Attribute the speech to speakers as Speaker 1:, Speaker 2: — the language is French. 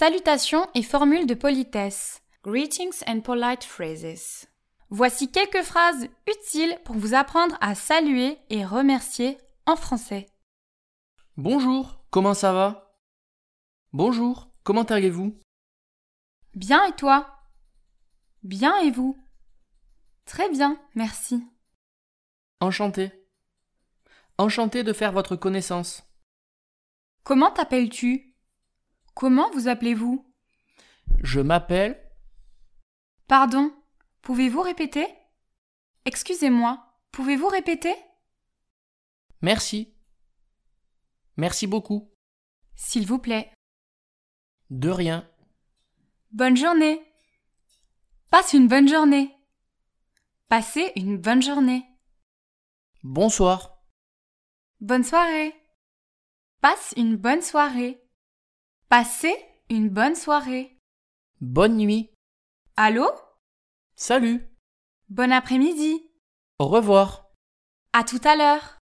Speaker 1: Salutations et formules de politesse. Greetings and polite phrases. Voici quelques phrases utiles pour vous apprendre à saluer et remercier en français.
Speaker 2: Bonjour, comment ça va Bonjour, comment allez-vous
Speaker 1: Bien et toi Bien et vous Très bien, merci.
Speaker 2: Enchanté. Enchanté de faire votre connaissance.
Speaker 1: Comment t'appelles-tu Comment vous appelez-vous
Speaker 2: Je m'appelle.
Speaker 1: Pardon, pouvez-vous répéter Excusez-moi, pouvez-vous répéter
Speaker 2: Merci. Merci beaucoup.
Speaker 1: S'il vous plaît.
Speaker 2: De rien.
Speaker 1: Bonne journée. Passe une bonne journée. Passez une bonne journée.
Speaker 2: Bonsoir.
Speaker 1: Bonne soirée. Passe une bonne soirée. Passez une bonne soirée.
Speaker 2: Bonne nuit.
Speaker 1: Allô
Speaker 2: Salut.
Speaker 1: Bon après-midi.
Speaker 2: Au revoir.
Speaker 1: À tout à l'heure.